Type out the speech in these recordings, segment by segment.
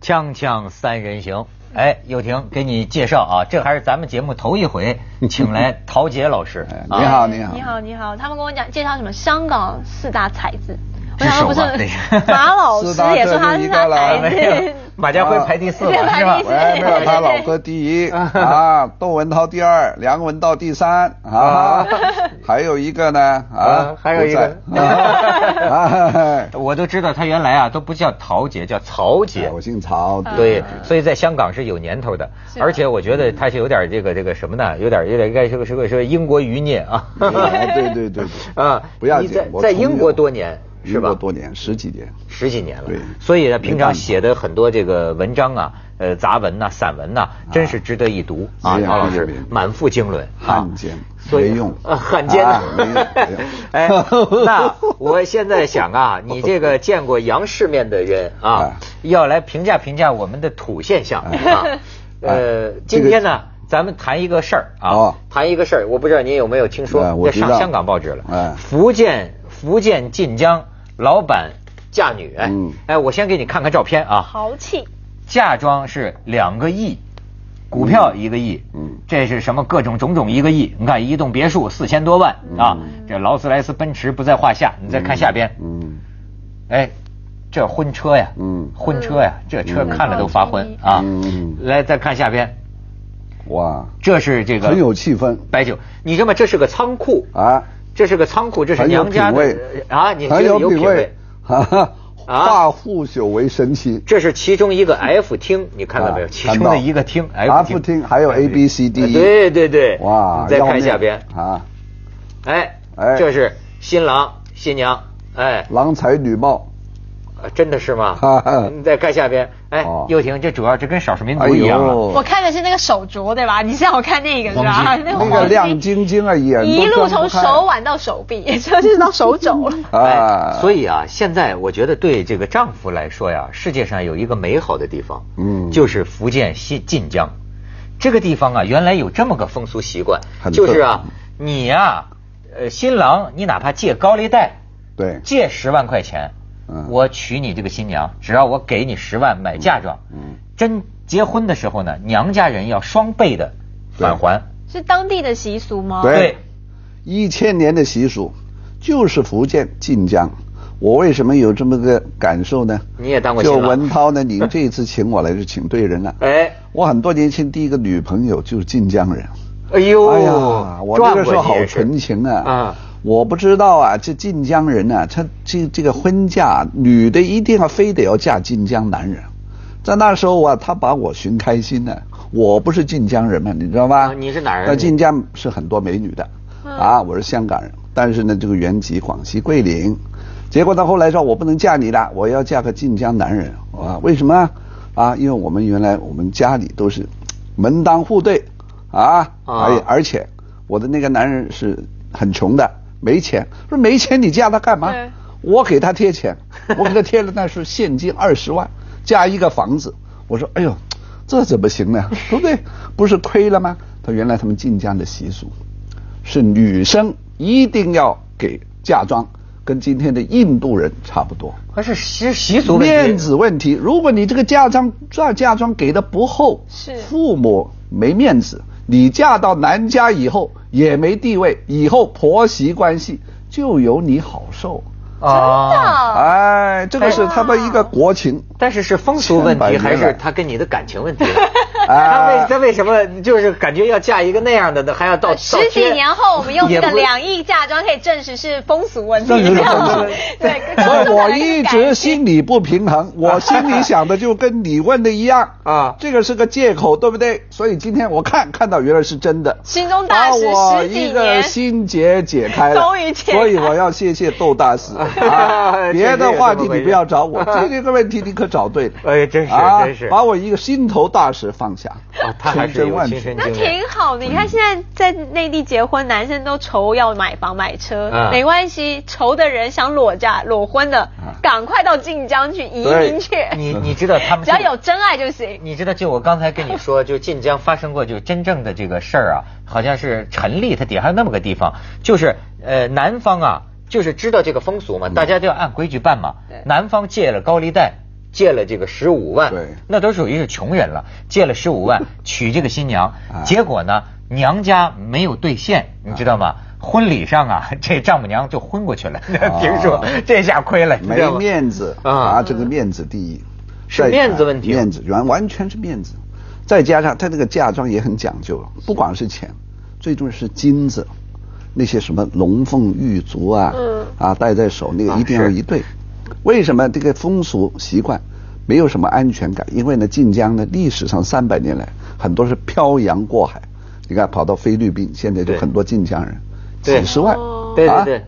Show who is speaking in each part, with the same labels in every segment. Speaker 1: 锵锵三人行，哎，友婷给你介绍啊，这还是咱们节目头一 回请来陶杰老师
Speaker 2: 哎。
Speaker 1: 啊
Speaker 2: 你好，你好，
Speaker 3: 你好，你好。他们跟我讲介绍什么香港四大才子，我
Speaker 1: 是
Speaker 3: 想说不
Speaker 1: 手腕对
Speaker 3: 是马老师也说他是他才
Speaker 2: 四大
Speaker 1: 哎
Speaker 3: 子
Speaker 1: 呀，马家辉排第四吧，是吧？
Speaker 2: 喂，没有他老哥第一啊，窦文涛第二，梁文道第三啊，还有一个呢啊
Speaker 1: 啊，还有一个
Speaker 2: 不在啊
Speaker 1: 我都知道他原来啊都不叫陶杰，叫曹杰。
Speaker 2: 我姓曹，
Speaker 1: 对，所以在香港是有年头的，
Speaker 3: 是
Speaker 1: 而且我觉得他是有点这个这个什么呢？有点有点应该是个是个是个英国余孽啊。
Speaker 2: 哎对对对对
Speaker 1: 啊，
Speaker 2: 不要
Speaker 1: 你
Speaker 2: 紧
Speaker 1: 在，
Speaker 2: 我
Speaker 1: 在
Speaker 2: 从
Speaker 1: 英
Speaker 2: 有
Speaker 1: 国多年是
Speaker 2: 英
Speaker 1: 吧
Speaker 2: 国？多年，十几年，
Speaker 1: 十几年了，
Speaker 2: 对
Speaker 1: 所以呢，
Speaker 2: 没
Speaker 1: 平
Speaker 2: 办
Speaker 1: 常
Speaker 2: 法
Speaker 1: 写的很多这个文章啊，呃，杂文呐、散文呐、真是值得一读啊，
Speaker 2: 没有
Speaker 1: 陶老
Speaker 2: 没有
Speaker 1: 师
Speaker 2: 没有
Speaker 1: 满腹经纶啊，
Speaker 2: 汉奸
Speaker 1: 所以
Speaker 2: 没用
Speaker 1: 啊汉奸
Speaker 2: 啊没用没用
Speaker 1: 哎，那我现在想啊，你这个见过洋世面的人啊
Speaker 2: 哎，
Speaker 1: 要来评价评价我们的土现象 啊，呃，
Speaker 2: 哎这
Speaker 1: 今
Speaker 2: 个
Speaker 1: 天呢，咱们谈一个事儿啊
Speaker 2: 哦，
Speaker 1: 谈一个事儿，我不知道您有没有听说
Speaker 2: 哎，我
Speaker 1: 要
Speaker 2: 知
Speaker 1: 上
Speaker 2: 道
Speaker 1: 香港报纸了，
Speaker 2: 哎
Speaker 1: 福建福建晋江老板嫁女，哎
Speaker 2: 嗯
Speaker 1: 哎，我先给你看看照片啊，
Speaker 3: 豪气。
Speaker 1: 嫁妆是两个亿，股票一个亿，
Speaker 2: 嗯
Speaker 1: 这是什么各种种种一个亿？你看一栋别墅四千多万
Speaker 2: 嗯
Speaker 1: 啊，这劳斯莱斯、奔驰不在话下。你再看下边，
Speaker 2: 嗯，
Speaker 1: 哎，这婚车呀，
Speaker 2: 嗯
Speaker 1: 婚车呀，这车看了都发昏啊
Speaker 2: 嗯。
Speaker 1: 来，再看下边，
Speaker 2: 哇，
Speaker 1: 这是这个
Speaker 2: 很有气氛
Speaker 1: 白酒，你知道吗？这是个仓库
Speaker 2: 啊，
Speaker 1: 这是个仓库，这是
Speaker 2: 很
Speaker 1: 娘
Speaker 2: 有品
Speaker 1: 家的
Speaker 2: 味
Speaker 1: 呃啊，你觉得
Speaker 2: 很
Speaker 1: 有
Speaker 2: 品
Speaker 1: 品味
Speaker 2: 味，哈哈，
Speaker 1: 啊
Speaker 2: 化腐朽为神奇。
Speaker 1: 这是其中 一个 F 厅，你看到没有？
Speaker 2: 啊
Speaker 1: 其中
Speaker 2: 看到啊
Speaker 1: 的一个厅哎呃
Speaker 2: F 厅还有 A B C D E
Speaker 1: 对对对，
Speaker 2: 哇，
Speaker 1: 你再
Speaker 2: 要
Speaker 1: 看
Speaker 2: 命
Speaker 1: 下边，
Speaker 2: 啊，
Speaker 1: 哎，
Speaker 2: 哎
Speaker 1: 这是新郎新娘，哎，
Speaker 2: 郎才女貌，
Speaker 1: 啊真的是吗
Speaker 2: 哈哈？
Speaker 1: 你再看下边，哎
Speaker 2: 哦，
Speaker 1: 又婷，这主要这跟少数民
Speaker 2: 哎
Speaker 1: 族一样啊。
Speaker 2: 呦，
Speaker 3: 我看的是那个手镯，对吧？你让我看那个是吧？那
Speaker 2: 那个亮晶晶啊，眼都
Speaker 3: 一路
Speaker 2: 睁不
Speaker 3: 从
Speaker 2: 开
Speaker 3: 手腕到手臂， 就是到 手肘了。
Speaker 2: 啊，
Speaker 1: 哎所以啊，现在我觉得对这个丈夫来说呀，世界上有一个美好的地方，
Speaker 2: 嗯
Speaker 1: 就是福建西晋江，这个地方啊，原来有这么个风俗习惯，
Speaker 2: 很特
Speaker 1: 就是啊，你呀、呃，新郎你哪怕借高利贷，
Speaker 2: 对
Speaker 1: 借十万块钱，
Speaker 2: 嗯
Speaker 1: 我娶你这个新娘，只要我给你十万买嫁妆，
Speaker 2: 嗯
Speaker 1: 真结婚的时候呢，娘家人要双倍的返还，
Speaker 3: 是当地的习俗吗？
Speaker 2: 对一千年的习俗就是福建晋江。我为什么有这么个感受呢？
Speaker 1: 你也当过
Speaker 2: 就
Speaker 1: 新郎
Speaker 2: 文涛呢，你这一次请我来是请对人了。
Speaker 1: 哎，
Speaker 2: 我很多年前第一个女朋友就是晋江人。
Speaker 1: 哎呦，
Speaker 2: 哎呀，我
Speaker 1: 转
Speaker 2: 那个时
Speaker 1: 过
Speaker 2: 候
Speaker 1: 去
Speaker 2: 好
Speaker 1: 也是
Speaker 2: 纯情啊！
Speaker 1: 啊，
Speaker 2: 我不知道啊，这晋江人啊，他这这个婚嫁，女的一定要非得要嫁晋江男人。在那时候啊，他把我寻开心呢、我不是晋江人嘛，你知道吧？
Speaker 1: 啊你是哪儿人
Speaker 2: 那晋江是很多美女的，啊，我是香港人，但是呢，这个原籍广西桂林。结果他后来说，我不能嫁你了，我要嫁个晋江男人啊？为什么啊？啊，因为我们原来我们家里都是门当户对啊，
Speaker 1: 啊
Speaker 2: 而而且我的那个男人是很穷的，没钱。说没钱你嫁他干嘛
Speaker 3: 对？
Speaker 2: 我给他贴钱，我给他贴了那是现金二十万，加一个房子。我说，哎呦，这怎么行呢？对不对？不是亏了吗？他原来他们晋江的习俗是女生一定要给嫁妆，跟今天的印度人差不多。
Speaker 1: 还是习习俗问题
Speaker 2: 面子问题。如果你这个嫁妆这嫁妆给的不厚，
Speaker 3: 是
Speaker 2: 父母没面子，你嫁到男家以后也没地位，以后婆媳关系就有你好受。
Speaker 1: 啊。
Speaker 3: 啊，
Speaker 2: 哎，这个是他们一个国情。
Speaker 1: 但是是风俗问
Speaker 2: 千百
Speaker 1: 题，
Speaker 2: 年来
Speaker 1: 还是他跟你的感情 问题？他
Speaker 2: 啊
Speaker 1: 为他为什么就是感觉要嫁一个那样的呢，还要到
Speaker 3: 呃十
Speaker 1: 倒贴
Speaker 3: 几年后，我们用这
Speaker 1: 也
Speaker 3: 个
Speaker 1: 不
Speaker 3: 两亿嫁妆可以证实是风俗问题。
Speaker 2: 这有点
Speaker 3: 这样
Speaker 2: 风俗
Speaker 3: 对，
Speaker 2: 所
Speaker 1: 哎
Speaker 2: 以我
Speaker 3: 刚才那
Speaker 2: 一
Speaker 3: 个
Speaker 2: 直
Speaker 3: 感
Speaker 2: 心里不平衡，我心里想的就跟你问的一样
Speaker 1: 啊
Speaker 2: 这个是个借口，对不对？所以今天我看看到原来是真的，
Speaker 3: 心中大
Speaker 2: 把
Speaker 3: 石
Speaker 2: 我
Speaker 3: 十几
Speaker 2: 一个
Speaker 3: 年，
Speaker 2: 心结解开了，
Speaker 3: 终于解开
Speaker 2: 所以我要谢谢窦 大师。啊别的话题你不要找我，
Speaker 1: 这
Speaker 2: 这个问题你可找对了。
Speaker 1: 哎真是
Speaker 2: 啊
Speaker 1: 真是
Speaker 2: 把我一个心头大石放下
Speaker 1: 哦，他还是有
Speaker 2: 万
Speaker 1: 亲
Speaker 2: 种
Speaker 1: 身
Speaker 3: 那
Speaker 1: 经历。
Speaker 3: 挺好的，你看现在在内地结婚，男生都愁要买房买车，
Speaker 1: 嗯
Speaker 3: 没关系，愁的人想裸嫁裸婚的，赶快到晋江去移民去，
Speaker 1: 你你知道他们
Speaker 3: 只要有真爱就行。
Speaker 1: 你知道，就我刚才跟你说，就晋江发生过就真正的这个事儿啊，好像是陈丽她底下还有那么个地方，就是呃南方啊，就是知道这个风俗嘛，大家都要按规矩办嘛
Speaker 3: 对。
Speaker 1: 南方借了高利贷，借了这个十五万，
Speaker 2: 对
Speaker 1: 那都属于是穷人了，借了十五 万娶这个新娘
Speaker 2: 啊，
Speaker 1: 结果呢，娘家没有兑现，你知道
Speaker 2: 哎
Speaker 1: 吗？婚礼上啊， 这丈母娘就昏过去了。 听说这下亏了，你知
Speaker 2: 哦没
Speaker 1: 道吗
Speaker 2: 面子
Speaker 1: 啊
Speaker 2: 啊，这个面子第一，
Speaker 1: 是
Speaker 2: 再
Speaker 1: 面子问题
Speaker 2: 面子完完全是面子，再加上他这个嫁妆也很讲究，不光是钱，最重要是金子，那些什么龙凤玉足啊，
Speaker 3: 嗯
Speaker 2: 啊戴在手那
Speaker 1: 啊
Speaker 2: 个一定要
Speaker 1: 是
Speaker 2: 一对，为什么这个风俗习惯？没有什么安全感，因为呢，晋江呢历史上三百年来很多是漂洋过海，你看跑到菲律宾，现在就
Speaker 1: 对
Speaker 2: 很多晋江人，
Speaker 1: 对
Speaker 2: 几十万
Speaker 3: 哦，
Speaker 1: 对对
Speaker 2: 啊
Speaker 1: 对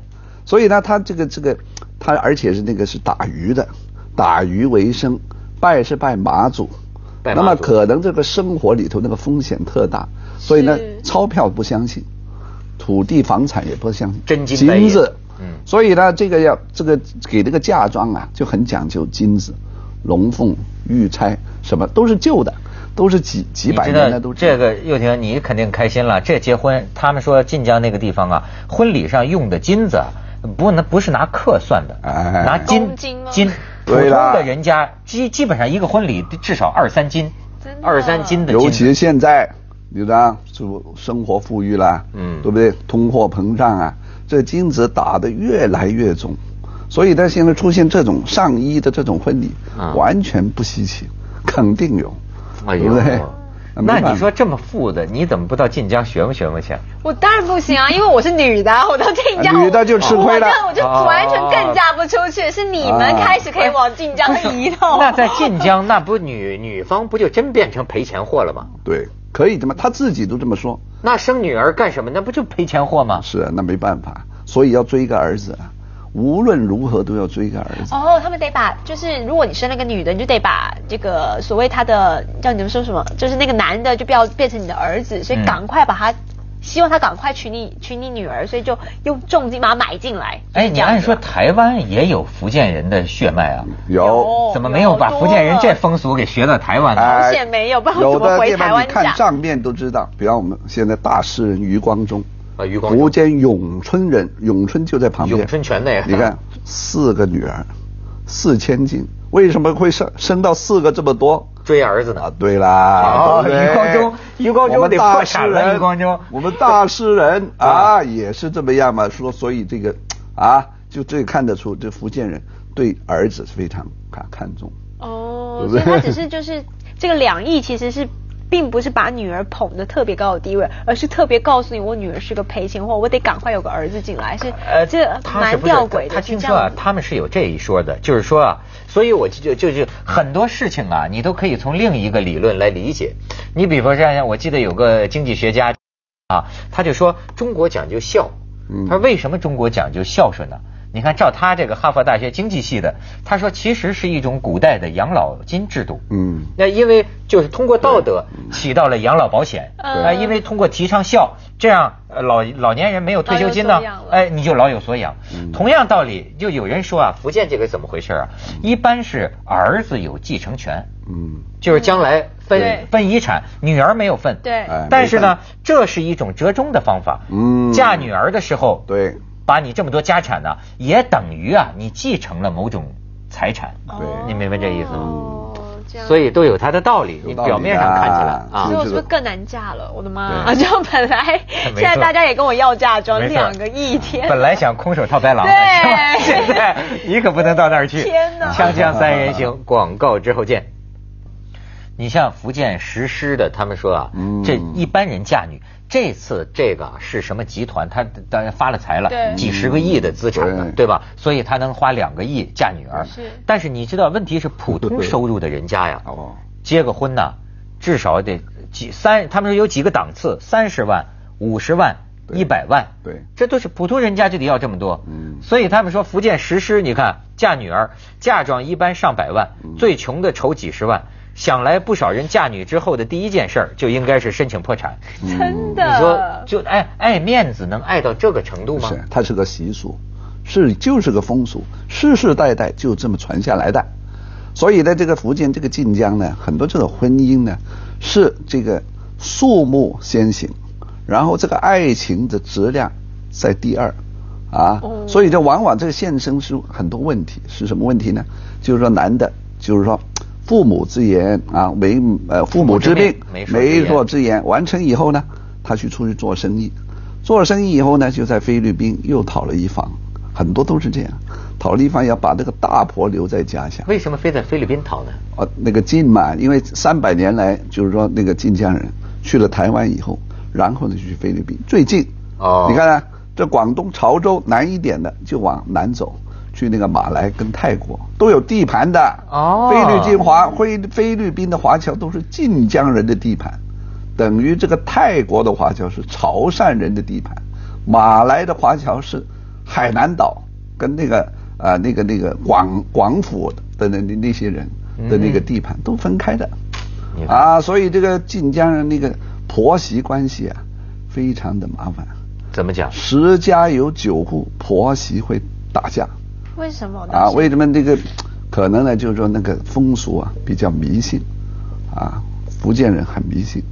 Speaker 2: 所以呢，他这个这个，他而且是那个是打鱼的，打鱼为生，拜是拜马祖，
Speaker 1: 拜马
Speaker 2: 那
Speaker 1: 祖
Speaker 2: 么可能这个生活里头那个风险特大，所以呢
Speaker 3: 是，
Speaker 2: 钞票不相信，土地房产也不相信，
Speaker 1: 真金白银
Speaker 2: 金子，
Speaker 1: 嗯
Speaker 2: 所以呢，这个要这个给这个嫁妆啊就很讲究金子、龙凤、玉钗，什么都是旧的，都是几几
Speaker 1: 你
Speaker 2: 百
Speaker 1: 知
Speaker 2: 年
Speaker 1: 道
Speaker 2: 的都是
Speaker 1: 这个又婷，你肯定开心了。这结婚，他们说晋江那个地方啊，婚礼上用的金子啊不能不是拿克算的，
Speaker 2: 哎
Speaker 1: 拿
Speaker 3: 公
Speaker 1: 斤
Speaker 3: 斤吗
Speaker 1: 斤。普
Speaker 2: 对
Speaker 1: 通
Speaker 2: 啦
Speaker 1: 的人家基基本上一个婚礼至少二三斤
Speaker 3: 真的，
Speaker 1: 二三斤的金子。
Speaker 2: 尤其是现在，你知道，就生活富裕啦，
Speaker 1: 嗯
Speaker 2: 对不对？通货膨胀啊，这金子打得越来越重，所以呢，现在出现这种上衣的这种婚礼，
Speaker 1: 啊
Speaker 2: 完全不稀奇，肯定有，
Speaker 1: 哎
Speaker 2: 对不
Speaker 1: 呦
Speaker 2: 对？，
Speaker 1: 那
Speaker 2: 没办
Speaker 1: 你
Speaker 2: 法
Speaker 1: 说这么富的，你怎么不到晋江学不学不 去？
Speaker 3: 我当然不行啊，因为我是女的，我到晋江，
Speaker 2: 女的就吃亏了
Speaker 3: 我这我就完全更嫁不出去，是你们开始可以往晋江移动。
Speaker 1: 那在晋江，那不女女方不就真变成赔钱货了吗？
Speaker 2: 对，可以的嘛，他自己都这么说，
Speaker 1: 那生女儿干什么？那不就赔钱货吗？
Speaker 2: 是啊，那没办法，所以要追一个儿子啊，无论如何都要追一个儿子。
Speaker 3: 哦，他们得把，就是如果你生了个女的，你就得把这个所谓他的叫你们说什么，就是那个男的就不要变成你的儿子，所以
Speaker 1: 嗯
Speaker 3: 赶快把他，希望他赶快娶你娶你女儿，所以就用重金把他买进来。
Speaker 1: 哎，
Speaker 3: 就是
Speaker 1: 你
Speaker 3: 这样
Speaker 1: 按
Speaker 3: 子
Speaker 1: 说台湾也有福建人的血脉啊，
Speaker 3: 有
Speaker 1: 怎么没有把福建人这风俗给学到台湾呢？
Speaker 3: 哎朝鲜没有不然我
Speaker 2: 啊有
Speaker 3: 怎么
Speaker 2: 的
Speaker 3: 回
Speaker 2: 地
Speaker 3: 台
Speaker 2: 方
Speaker 3: 湾
Speaker 2: 你看
Speaker 3: 讲
Speaker 2: 账面都知道，比方我们现在大诗人余光中，
Speaker 1: 啊余光中
Speaker 2: 福建永春人，永春就在旁边，
Speaker 1: 咏春拳内啊
Speaker 2: 你看四个女儿，四千金，为什么会生生到四个这么多？
Speaker 1: 追儿子呢
Speaker 2: 啊，？对啦，
Speaker 1: 哦
Speaker 2: 对不对
Speaker 1: 余光中余光中
Speaker 2: 我们
Speaker 1: 得
Speaker 2: 大
Speaker 1: 破
Speaker 2: 诗
Speaker 1: 产了
Speaker 2: 人，
Speaker 1: 余光中
Speaker 2: 我们大诗 人啊，也是这么样嘛。说，所以这个啊，就这看得出，这福建人对儿子是非常看看重。
Speaker 3: 哦
Speaker 2: 对，不
Speaker 3: 所以
Speaker 2: 对
Speaker 3: 他只是就是这个两亿其实是。并不是把女儿捧得特别高的地位，而是特别告诉你，我女儿是个赔钱货，我得赶快有个儿子进来，是呃这
Speaker 1: 呃他是
Speaker 3: 蛮
Speaker 1: 不是
Speaker 3: 吊诡的。
Speaker 1: 他
Speaker 3: 是
Speaker 1: 听
Speaker 3: 这
Speaker 1: 说啊
Speaker 3: 样，子
Speaker 1: 他们是有这一说的，就是说啊，所以我就就就就很多事情啊，你都可以从另一个理论来理解。你比方说，我记得有个经济学家啊，他就说中国讲究孝，
Speaker 2: 嗯
Speaker 1: 他说为什么中国讲究孝顺呢？你看，照他这个哈佛大学经济系的，他说其实是一种古代的养老金制度。
Speaker 2: 嗯
Speaker 1: 那因为就是通过道德起到了养老保险，
Speaker 3: 对
Speaker 1: 啊，因为通过提倡孝，这样呃老老年人没有退休金
Speaker 3: 老
Speaker 1: 呢
Speaker 3: 有所养了，
Speaker 1: 哎，你就老有所养。
Speaker 2: 嗯
Speaker 1: 同样道理，就有人说啊，福建这个怎么回事啊？一般是儿子有继承权，
Speaker 2: 嗯，
Speaker 1: 就是将来分
Speaker 3: 对
Speaker 1: 分遗产，女儿没有份。
Speaker 3: 对
Speaker 2: 哎
Speaker 1: 但是
Speaker 2: 没
Speaker 1: 呢
Speaker 2: 办法，
Speaker 1: 这是一种折中的方法。
Speaker 2: 嗯
Speaker 1: 嫁女儿的时候，
Speaker 2: 对，
Speaker 1: 把你这么多家产呢，也等于啊，你继承了某种财产。
Speaker 2: 对
Speaker 1: 你明白这意思吗
Speaker 3: 哦，这样。
Speaker 1: 所以都有它的道理，
Speaker 2: 有
Speaker 1: 你
Speaker 2: 道理的啊
Speaker 1: 表面上看起来
Speaker 3: 所以
Speaker 1: 啊，
Speaker 3: 我是不是更难嫁了？我的妈！
Speaker 2: 对
Speaker 3: 就本来
Speaker 1: 没错
Speaker 3: 现在大家也跟我要嫁妆，
Speaker 1: 没错
Speaker 3: 两个亿天。
Speaker 1: 本来想空手套白狼的，
Speaker 3: 对
Speaker 1: 是吧现在 你可不能到那儿去。
Speaker 3: 天哪
Speaker 1: 锵锵三人行，广告之后见。你像福建实施的，他们说啊，
Speaker 2: 嗯
Speaker 1: 这一般人嫁女，这次这个是什么集团？他当然发了财了，
Speaker 3: 对
Speaker 1: 几十个亿的资产呢
Speaker 2: 对，
Speaker 1: 对吧？所以他能花两个亿嫁女儿。
Speaker 3: 是
Speaker 1: 但是你知道，问题是普通收入的人家呀，
Speaker 2: 哦，
Speaker 1: 结个婚呐，至少得几三，他们说有几个档次，三十万、五十万、
Speaker 2: 对
Speaker 1: 一百万，
Speaker 2: 对
Speaker 1: 这都是普通人家就得要这么多。
Speaker 2: 嗯
Speaker 1: 所以他们说福建实施，你看嫁女儿嫁妆一般上百万，
Speaker 2: 嗯
Speaker 1: 最穷的筹几十万。想来不少人嫁女之后的第一件事儿就应该是申请破产。
Speaker 2: 嗯
Speaker 3: 真
Speaker 1: 你说
Speaker 3: 的，
Speaker 1: 就爱爱面子能爱到这个程度吗？
Speaker 2: 是，它是个习俗，是就是个风俗，世世代代就这么传下来的。所以呢，这个福建这个晋江呢，很多这种婚姻呢，是这个肃穆先行，然后这个爱情的质量在第二，啊，
Speaker 3: 哦
Speaker 2: 所以这往往这个现生是很多问题，是什么问题呢？就是说男的就是说父母之言啊，为呃父母之命，媒妁之言完成以后呢，他去出去做生意，做了生意以后呢，就在菲律宾又讨了一房，很多都是这样，讨了一房也要把那个大婆留在家乡。
Speaker 1: 为什么非在菲律宾讨呢？
Speaker 2: 呃，那个晋嘛，因为三百年来就是说那个晋江人去了台湾以后，然后呢就去菲律宾，最近
Speaker 1: 哦
Speaker 2: 你看、啊、这广东潮州南一点的就往南走，去那个马来跟泰国都有地盘的
Speaker 1: 哦
Speaker 2: 菲律宾华菲菲律宾的华侨都是晋江人的地盘，等于这个泰国的华侨是潮汕人的地盘，马来的华侨是海南岛跟那个呃那个那个广广府的那那那些人的那个地盘都分开的。
Speaker 1: 你看
Speaker 2: 啊，所以这个晋江人那个婆媳关系啊，非常的麻烦，
Speaker 1: 怎么讲？
Speaker 2: 十家有九户婆媳会打架
Speaker 3: 为什么呢？
Speaker 2: 啊。为什么这个？可能呢，就是说那个风俗啊比较迷信，啊，福建人很迷信，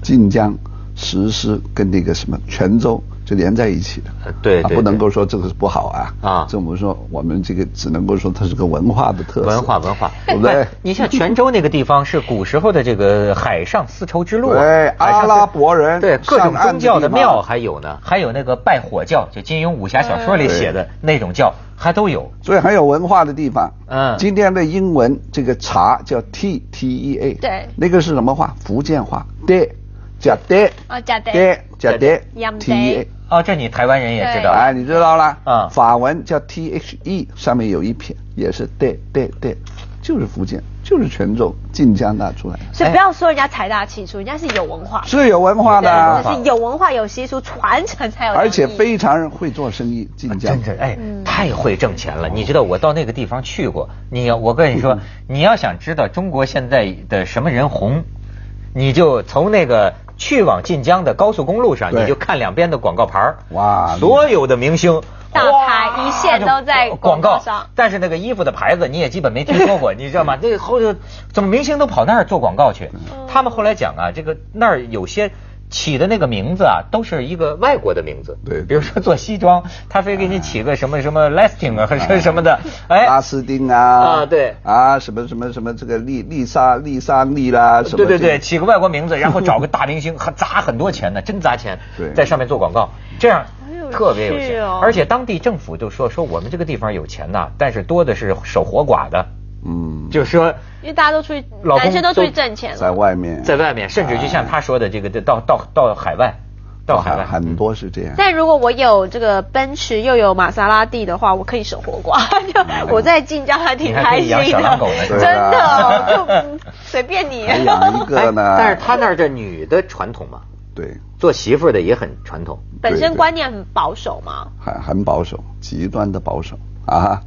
Speaker 2: 晋江、石狮跟那个什么泉州就连在一起的。
Speaker 1: 呃对
Speaker 2: 啊
Speaker 1: 对
Speaker 2: 不能
Speaker 1: 对
Speaker 2: 够说这个是不好啊。
Speaker 1: 啊
Speaker 2: 这我们说我们这个只能够说它是个文化的特色。
Speaker 1: 文化文化，
Speaker 2: 对 不对
Speaker 1: 哎？你像泉州那个地方是古时候的这个海上丝绸之路啊，
Speaker 2: 对
Speaker 1: 海上丝
Speaker 2: 阿拉伯人
Speaker 1: 对各种
Speaker 2: 上岸的
Speaker 1: 宗教的
Speaker 2: 地方
Speaker 1: 庙还有呢，还有那个拜火教，就金庸武侠小
Speaker 2: 嗯
Speaker 1: 说里写的那种教还都有。
Speaker 2: 所以很有文化的地方。
Speaker 1: 嗯
Speaker 2: 今天的英文这个茶叫 T T E A，
Speaker 3: 对
Speaker 2: 那个是什么话？福建话，爹，加爹，
Speaker 3: 啊加爹
Speaker 2: 爹加爹
Speaker 3: 养
Speaker 2: ，T E
Speaker 3: 爹
Speaker 2: A。
Speaker 1: 哦，这你台湾人也知道。
Speaker 3: 对
Speaker 2: 哎，你知道啦？
Speaker 1: 嗯
Speaker 2: 法文叫 T H E，上面有一撇，也是爹爹爹，就是福建，就是泉州、晋江那出来的，
Speaker 3: 所以不要说人家财大气粗，人家是有文化，
Speaker 2: 是有文化的
Speaker 1: 哎
Speaker 2: 啊，
Speaker 3: 对是有文化有习俗传承才有这种意义，
Speaker 2: 而且非常会做生意，晋江。
Speaker 1: 真是哎，
Speaker 3: 嗯
Speaker 1: 太会挣钱
Speaker 2: 哦
Speaker 1: 了！你知道我到那个地方去过，你要我跟你说，你要想知道中国现在的什么人红，你就从那个去往晋江的高速公路上，
Speaker 2: 对
Speaker 1: 你就看两边的广告牌儿
Speaker 2: 哇
Speaker 1: 所有的明星。
Speaker 3: 大
Speaker 1: 哇
Speaker 3: 牌一线
Speaker 1: 就
Speaker 3: 都在
Speaker 1: 广
Speaker 3: 广
Speaker 1: 告
Speaker 3: 告上
Speaker 1: 但是那个衣服的牌子你也基本没听说 过，你知道吗？那后头怎么明星都跑那儿做广告去？
Speaker 2: 嗯
Speaker 1: 他们后来讲啊，这个那儿有些起的那个名字啊，都是一个外国的名字，
Speaker 2: 对
Speaker 1: 比如说做西装，他非给你起个什么什么 lasting 啊，什么什么的，哎，
Speaker 2: 拉斯丁啊，
Speaker 1: 啊对
Speaker 2: 啊什么什么什么这个丽丽莎丽莎丽啦，什么
Speaker 1: 对对
Speaker 2: 这个
Speaker 1: 对，起个外国名字，然后找个大明星，还砸很多钱呢，真砸钱，
Speaker 2: 对
Speaker 1: 在上面做广告，这样
Speaker 3: 好有
Speaker 1: 特别有
Speaker 3: 趣
Speaker 1: 钱，
Speaker 3: 哦
Speaker 1: 而且当地政府就说说我们这个地方有钱呐，但是多的是守活寡的，
Speaker 2: 嗯，
Speaker 1: 就是说
Speaker 3: 因为大家都出去，
Speaker 1: 老公
Speaker 3: 男生都出去
Speaker 1: 都
Speaker 3: 挣钱
Speaker 2: 在
Speaker 3: 了，
Speaker 2: 外面，
Speaker 1: 在外面，甚至就像他说的这个到到到海外，到海外，
Speaker 2: 很多是这样。
Speaker 3: 但如果我有这个奔驰又有玛莎拉蒂的话，我可以守活寡， 就我在晋江还挺开心
Speaker 1: 你还可以养小狼
Speaker 3: 的
Speaker 1: 狗呢，
Speaker 2: 对
Speaker 3: 真
Speaker 2: 啊
Speaker 3: 的，我就嗯随便你。
Speaker 2: 还养一个呢，
Speaker 1: 哎但是他那儿这女的传统嘛，
Speaker 2: 对，
Speaker 1: 做媳妇儿的也很传统。
Speaker 3: 本
Speaker 2: 对对
Speaker 3: 身观念很保守嘛，
Speaker 2: 很很保守，极端的保守啊。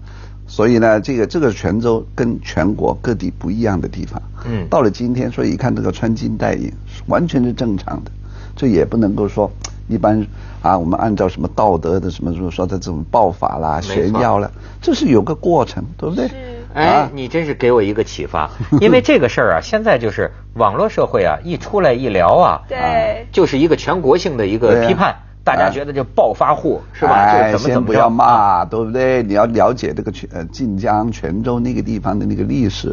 Speaker 2: 所以呢，这个这个是泉州跟全国各地不一样的地方。
Speaker 1: 嗯
Speaker 2: 到了今天，所以一看这个穿金戴银，是完全是正常的。这也不能够说一般啊，我们按照什么道德的什么说说的这种报法啦、
Speaker 1: 错
Speaker 2: 炫耀啦，这是有个过程，对不对？啊
Speaker 1: 哎，你真是给我一个启 发，因为这个事儿啊，现在就是网络社会啊，一出来一聊啊，
Speaker 3: 对
Speaker 1: 就是一个全国性的一个批判，
Speaker 2: 对啊
Speaker 1: 大家觉得就暴发户是吧？
Speaker 2: 哎，
Speaker 1: 就怎么怎
Speaker 2: 先
Speaker 1: 么
Speaker 2: 不
Speaker 1: 着
Speaker 2: 要骂，对不对？你要了解这个泉呃晋江、泉州那个地方的那个历史，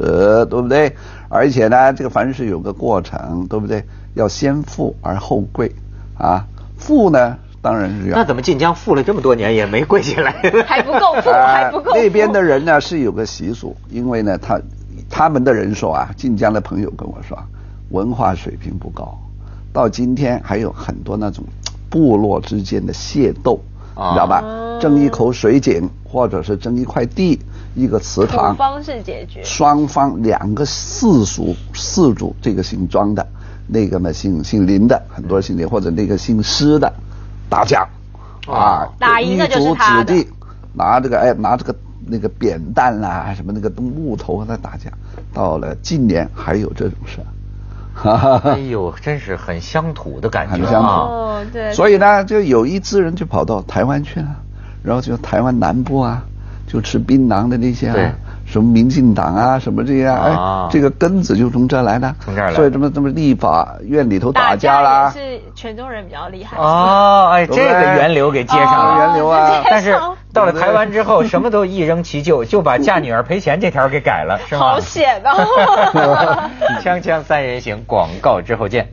Speaker 2: 对不对？而且呢，这个凡事有个过程，对不对？要先富而后贵，啊，富呢当然是要
Speaker 1: 那怎么晋江富了这么多年也没跪下 来？
Speaker 3: 还不够富，还不够富。
Speaker 2: 哎那边的人呢是有个习俗，因为呢，他他们的人说啊，晋江的朋友跟我说啊，文化水平不高，到今天还有很多那种部落之间的械斗，
Speaker 1: 啊
Speaker 2: 你知道吧？争一口水井，或者是争一块地、一个祠堂
Speaker 3: 土，方式解决，
Speaker 2: 双方两个氏族，氏族这个姓庄的，那个嘛姓姓林的，很多姓林或者那个姓施的，打架，啊，
Speaker 3: 打赢的就是他的
Speaker 2: 一族子弟拿这个哎拿这个那个扁担啦，什么那个东木头和他打架，到了近年还有这种事儿，哈哈哈
Speaker 1: 哎。呦，真是很乡土的感觉
Speaker 2: 很乡土
Speaker 1: 啊！
Speaker 3: 哦，对，
Speaker 2: 所以呢，就有一支人就跑到台湾去了，然后就台湾南部啊，就吃槟榔的那些
Speaker 1: 对
Speaker 2: 啊，什么民进党啊，什么这些啊，
Speaker 1: 啊
Speaker 2: 哎，这个根子就从这儿来的，
Speaker 1: 从这儿来
Speaker 2: 所以这么这么立法院里头打架
Speaker 3: 打架也
Speaker 2: 啦，
Speaker 3: 是泉州人比较厉害。
Speaker 1: 哦，哎，
Speaker 2: 对
Speaker 1: 这
Speaker 2: 不对
Speaker 1: 个源流给接上
Speaker 2: 啊
Speaker 1: 了。
Speaker 2: 源流啊
Speaker 3: 哦
Speaker 1: 但是到了台湾之后，什么都一扔其就，就把嫁女儿赔钱这条给改了，是吗？
Speaker 3: 好险啊！
Speaker 1: 锵锵三人行，广告之后见。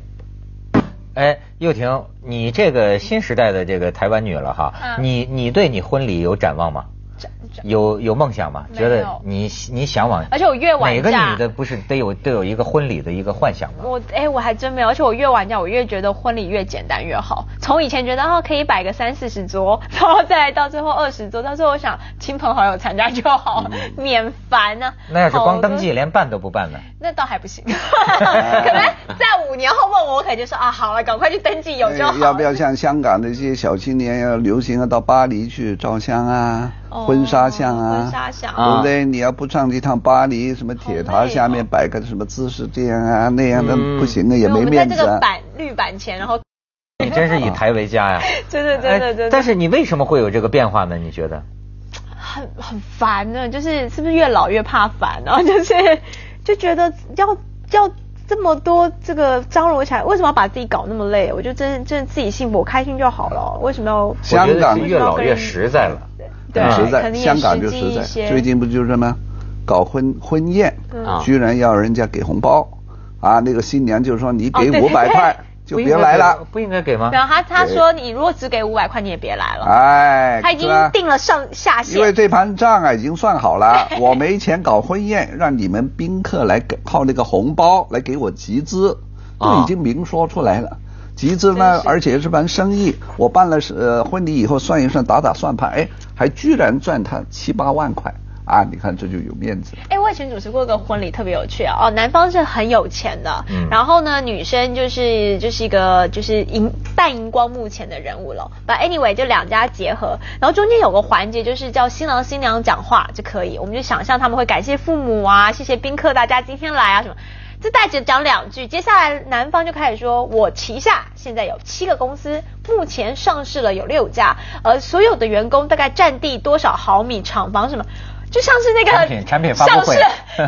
Speaker 1: 哎，又婷，你这个新时代的这个台湾女了哈，
Speaker 3: 嗯
Speaker 1: 你你对你婚礼有展望吗？
Speaker 3: 这这
Speaker 1: 有有梦想吗？
Speaker 3: 没有
Speaker 1: 觉得你你向往？
Speaker 3: 而且我越晚
Speaker 1: 哪个
Speaker 3: 嫁
Speaker 1: 女的不是得有得有一个婚礼的一个幻想吗？
Speaker 3: 我哎，我还真没有，而且我越晚嫁，我越觉得婚礼越简单越好。从以前觉得哦可以摆个三四十桌，然后再来到最后二十桌，到最后我想亲朋好友参加就好，免烦呢、
Speaker 1: 那要是光
Speaker 3: 好多
Speaker 1: 登记，连办都不 办呢？
Speaker 3: 那倒还不行。可能在五年后问我，我可能就说啊，好了，赶快去登记有就好。
Speaker 2: 哎要不要像香港的这些小青年要流行啊，到巴黎去照相啊，
Speaker 3: 哦
Speaker 2: 婚纱相啊，
Speaker 3: 婚纱相
Speaker 2: 对不对？你要不上一趟巴黎，什么铁
Speaker 3: 好
Speaker 2: 塔
Speaker 3: 累哦
Speaker 2: 下面摆个什么姿势店啊，那样的
Speaker 1: 嗯
Speaker 2: 不行啊，也
Speaker 3: 因
Speaker 2: 没
Speaker 3: 为我们在
Speaker 2: 面
Speaker 3: 这
Speaker 2: 子
Speaker 3: 个
Speaker 2: 啊。
Speaker 3: 板绿板前，然后
Speaker 1: 你真是以台为家呀！
Speaker 3: 对对 对对对
Speaker 1: 哎但是你为什么会有这个变化呢？你觉得？
Speaker 3: 很很烦呢，就是是不是越老越怕烦啊？ 就是就觉得要要这么多这个张罗起来，为什么要把自己搞那么累？我就真真自己幸福，我开心就好了，为什么要？
Speaker 2: 香港
Speaker 1: 我觉得是越老越实在了。
Speaker 3: 对，
Speaker 2: 很嗯实
Speaker 3: 可
Speaker 2: 在，
Speaker 3: 能也
Speaker 2: 香港就
Speaker 3: 实际
Speaker 2: 实
Speaker 3: 一些
Speaker 2: 在。最近不就是什么，搞婚婚宴
Speaker 1: 嗯，
Speaker 2: 居然要人家给红包，啊，那个新娘就说你
Speaker 3: 哦对
Speaker 2: 给
Speaker 3: 对
Speaker 2: 五百块就
Speaker 1: 不应
Speaker 2: 别
Speaker 1: 该
Speaker 2: 来
Speaker 1: 给
Speaker 2: 了，
Speaker 1: 不应该给吗？
Speaker 3: 然后他他说你如果只给五百块，你也别来了。
Speaker 2: 哎，
Speaker 3: 他已经
Speaker 2: 是吧
Speaker 3: 定了上下
Speaker 2: 因为
Speaker 3: 限，
Speaker 2: 这盘账啊已经算好 了，我没钱搞婚宴，让你们宾客来给靠那个红包来给我集资，
Speaker 1: 啊
Speaker 2: 都已经明说出来了。集资呢
Speaker 3: 真，是
Speaker 2: 而且是盘生意。我办了是呃婚礼以后算一算，打打算盘，哎，还居然赚他七八万块啊！你看这就有面 子。
Speaker 3: 哎，我以前主持过一个婚礼，特别有趣啊！哦，男方是很有钱的，
Speaker 1: 嗯
Speaker 3: 然后呢，女生就是就是一个就是荧半荧光幕前的人物了。But anyway，就两家结合，然后中间有个环节就是叫新郎新娘讲话就可以，我们就想象他们会感谢父母啊，谢谢宾客大家今天来啊什么。这大姐讲两句，接下来男方就开始说：“我旗下现在有七个公司，目前上市了有六家，呃，所有的员工大概占地多少毫米，厂房什么，就像是那个
Speaker 1: 产品产品发布会
Speaker 3: 上市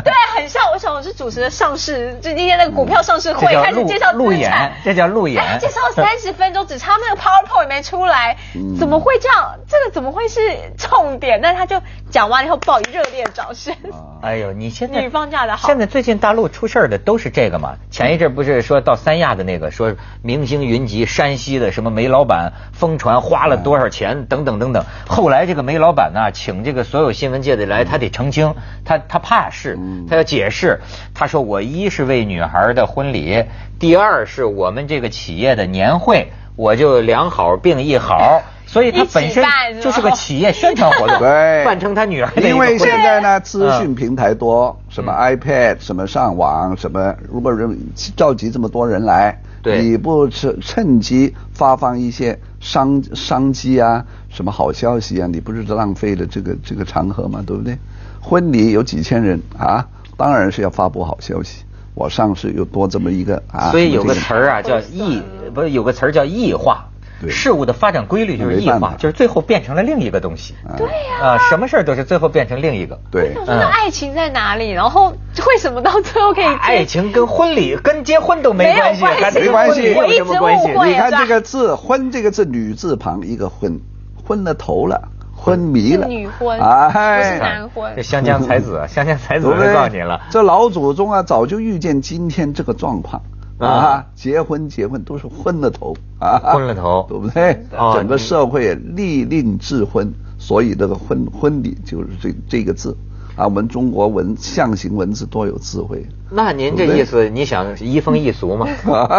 Speaker 3: 对，很像。我想我是主持的上市，就今天那个股票上市
Speaker 1: 这
Speaker 3: 会
Speaker 1: 叫
Speaker 3: 开始
Speaker 1: 路
Speaker 3: 介绍
Speaker 1: 路
Speaker 3: 资
Speaker 1: 演
Speaker 3: 产，，
Speaker 1: 这叫路演
Speaker 3: 哎，。介绍三十分 钟，只差那个 PowerPoint 没出来，
Speaker 2: 嗯
Speaker 3: 怎么会这样？这个怎么会是重点？但他就讲完以后报以热烈掌声。
Speaker 2: 啊
Speaker 1: 哎呦，你现在
Speaker 3: 女方嫁得好
Speaker 1: 现在最近大陆出事儿的都是这个嘛？前一阵不是说到三亚的那个，说明星云集，山西的什么煤老板疯传花了多少钱，等等等等。后来这个煤老板呢，请这个所有新闻界的来，他得澄清，他他怕是
Speaker 2: 嗯，
Speaker 1: 他要解释。他说我一是为女孩的婚礼，第二是我们这个企业的年会，我就两好并一好。所以他
Speaker 3: 一起
Speaker 1: 本身
Speaker 3: 办是吧
Speaker 1: 就是个企业宣传活动，
Speaker 2: 对
Speaker 1: 办成他女儿的一个
Speaker 2: 哎因
Speaker 1: 婚
Speaker 2: 为
Speaker 1: 礼
Speaker 2: 现在呢，资讯
Speaker 1: 嗯
Speaker 2: 平台多，什么 iPad，什么上网，什么如果人召集这么多人来，
Speaker 1: 对
Speaker 2: 你不趁趁机发放一些商商机啊，什么好消息啊，你不是浪费了这个这个场合吗？对不对？婚礼有几千人啊，当然是要发布好消息。我上次又多这么一个啊，
Speaker 1: 所以有个
Speaker 2: 什么
Speaker 1: 词儿啊
Speaker 3: 这个
Speaker 1: 叫异，不是有个词儿叫异化。
Speaker 2: 对
Speaker 1: 事物的发展规律就是异
Speaker 2: 没办
Speaker 1: 化
Speaker 2: 法，
Speaker 1: 就是最后变成了另一个东西。
Speaker 2: 对
Speaker 1: 呀，啊，什么事儿都是最后变成另一个。
Speaker 2: 这个对
Speaker 3: 我。说那爱情在哪里？然后为什么到最后可以
Speaker 1: 爱
Speaker 3: 结
Speaker 1: 情跟婚礼跟结婚都没关系，
Speaker 3: 没有关系
Speaker 1: 还跟
Speaker 2: 没关系
Speaker 1: 婚礼有什么关系
Speaker 3: 我一直误会啊
Speaker 2: 你看这个字“昏”这个字，女字旁一个“昏”，昏了头了，昏迷了，哎
Speaker 3: 是女昏不是男婚
Speaker 1: 这湘江才子啊，湘江才子
Speaker 2: 对
Speaker 1: 我
Speaker 2: 不对
Speaker 1: 就告诉你了，
Speaker 2: 这老祖宗啊，早就预见今天这个状况。
Speaker 1: 啊
Speaker 2: 啊，结婚结婚都是昏了头啊，
Speaker 1: 昏了头
Speaker 2: 对不对？
Speaker 1: 哦
Speaker 2: 整个社会利令智昏，所以这个婚婚礼就是这这个字啊。我们中国文象形文字多有智慧，
Speaker 1: 那您这意思，你想移风易俗吗？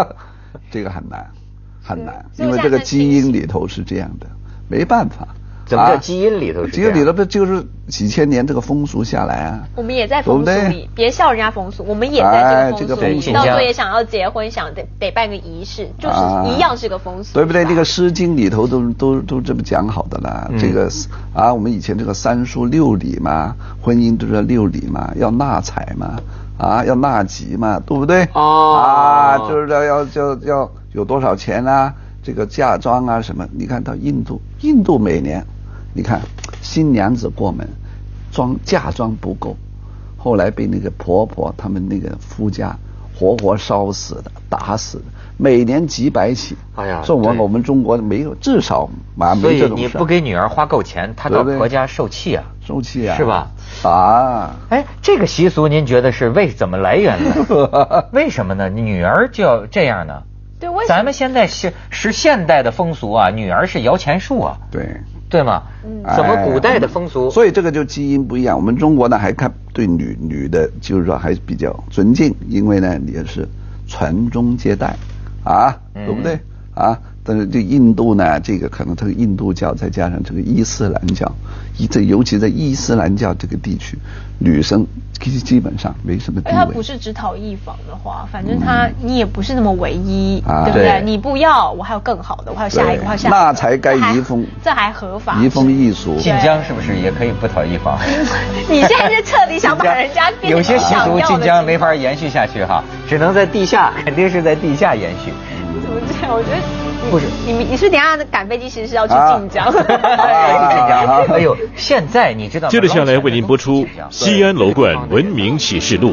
Speaker 2: 这个很难，很难，
Speaker 3: 是
Speaker 2: 因为这个基因里头是这样的，没办法。
Speaker 1: 怎么叫
Speaker 2: 啊
Speaker 1: 基因里头是
Speaker 2: 基
Speaker 1: 这样
Speaker 2: 因里头不就是几千年这个风俗下来啊？
Speaker 3: 我们也在风俗
Speaker 2: 对不
Speaker 3: 里
Speaker 2: 对，
Speaker 3: 别笑人家风俗，我们也在
Speaker 2: 哎这
Speaker 3: 这个
Speaker 2: 个
Speaker 3: 风
Speaker 1: 风
Speaker 3: 俗
Speaker 1: 俗
Speaker 3: 里。到时候也想要结婚，想得得办个仪式，就是
Speaker 2: 啊
Speaker 3: 一样是个风俗，
Speaker 2: 对不对？那
Speaker 3: 吧
Speaker 2: 个《诗经》里头都都都这么讲好的啦。
Speaker 1: 嗯
Speaker 2: 这个啊，我们以前这个三书六礼嘛，婚姻都是六礼嘛，要纳采嘛，啊，要纳吉嘛，对不对？
Speaker 1: 哦
Speaker 2: 啊，就是要要要要有多少钱啊？这个嫁妆啊什么？你看到印度，印度每年，你看新娘子过门，装嫁妆不够，后来被那个婆婆他们那个夫家活活烧死的，打死的。每年几百起。
Speaker 1: 哎呀
Speaker 2: 这我们
Speaker 1: 对
Speaker 2: 我们中国没有，至少嘛
Speaker 1: 所
Speaker 2: 啊没
Speaker 1: 以
Speaker 2: 这种事
Speaker 1: 你
Speaker 2: 儿。
Speaker 1: 不给女儿花够钱，她到
Speaker 2: 对不对
Speaker 1: 婆家受气啊。
Speaker 2: 受气啊？
Speaker 1: 是吧？
Speaker 2: 啊，
Speaker 1: 哎，这个习俗您觉得是为怎么来源 呢？为什么呢？女儿就要这样呢？
Speaker 3: 对为什么
Speaker 1: 咱们现在是是现代的风俗啊，女儿是摇钱树啊，
Speaker 2: 对。
Speaker 1: 对吗？
Speaker 3: 嗯
Speaker 1: 怎么古代的风俗？
Speaker 2: 哎嗯所以这个就基因不一样。我们中国呢，还看对女女的，就是说还是比较尊敬，因为呢也是传宗接代啊，
Speaker 1: 嗯
Speaker 2: 对不对？啊，但是这印度呢，这个可能这个印度教再加上这个伊斯兰教，一这尤其在伊斯兰教这个地区，女生基基本上没什么地
Speaker 3: 而且哎他
Speaker 2: 位
Speaker 3: 不。是只讨一方的话，反正他你也不是那么唯一，
Speaker 2: 啊
Speaker 3: 对不对
Speaker 1: 对？
Speaker 3: 你不要，我还有更好的，我还有下一个，
Speaker 2: 对
Speaker 3: 我还有下一个，
Speaker 2: 那才该
Speaker 3: 这还
Speaker 2: 移风
Speaker 3: 这还合法，
Speaker 2: 移风易俗
Speaker 1: 晋江是不是也可以不讨一方？
Speaker 3: 嗯你现在是彻底想把人家变成
Speaker 1: 有些习
Speaker 3: 想
Speaker 1: 俗
Speaker 3: 要的
Speaker 1: 晋江
Speaker 3: 景
Speaker 1: 没法延续下去哈，只能在地下，肯定是在地下延续。
Speaker 3: 你怎么这样？我觉得你
Speaker 1: 不是哎
Speaker 3: 你你是不是等一下赶飞机其实是要去
Speaker 2: 啊
Speaker 3: 晋江，
Speaker 2: 啊
Speaker 1: 哎呦，现在你知道吗？
Speaker 4: 接着下来为您播
Speaker 1: 老
Speaker 4: 出
Speaker 1: 蒋
Speaker 4: 《西安楼冠文明启示录》。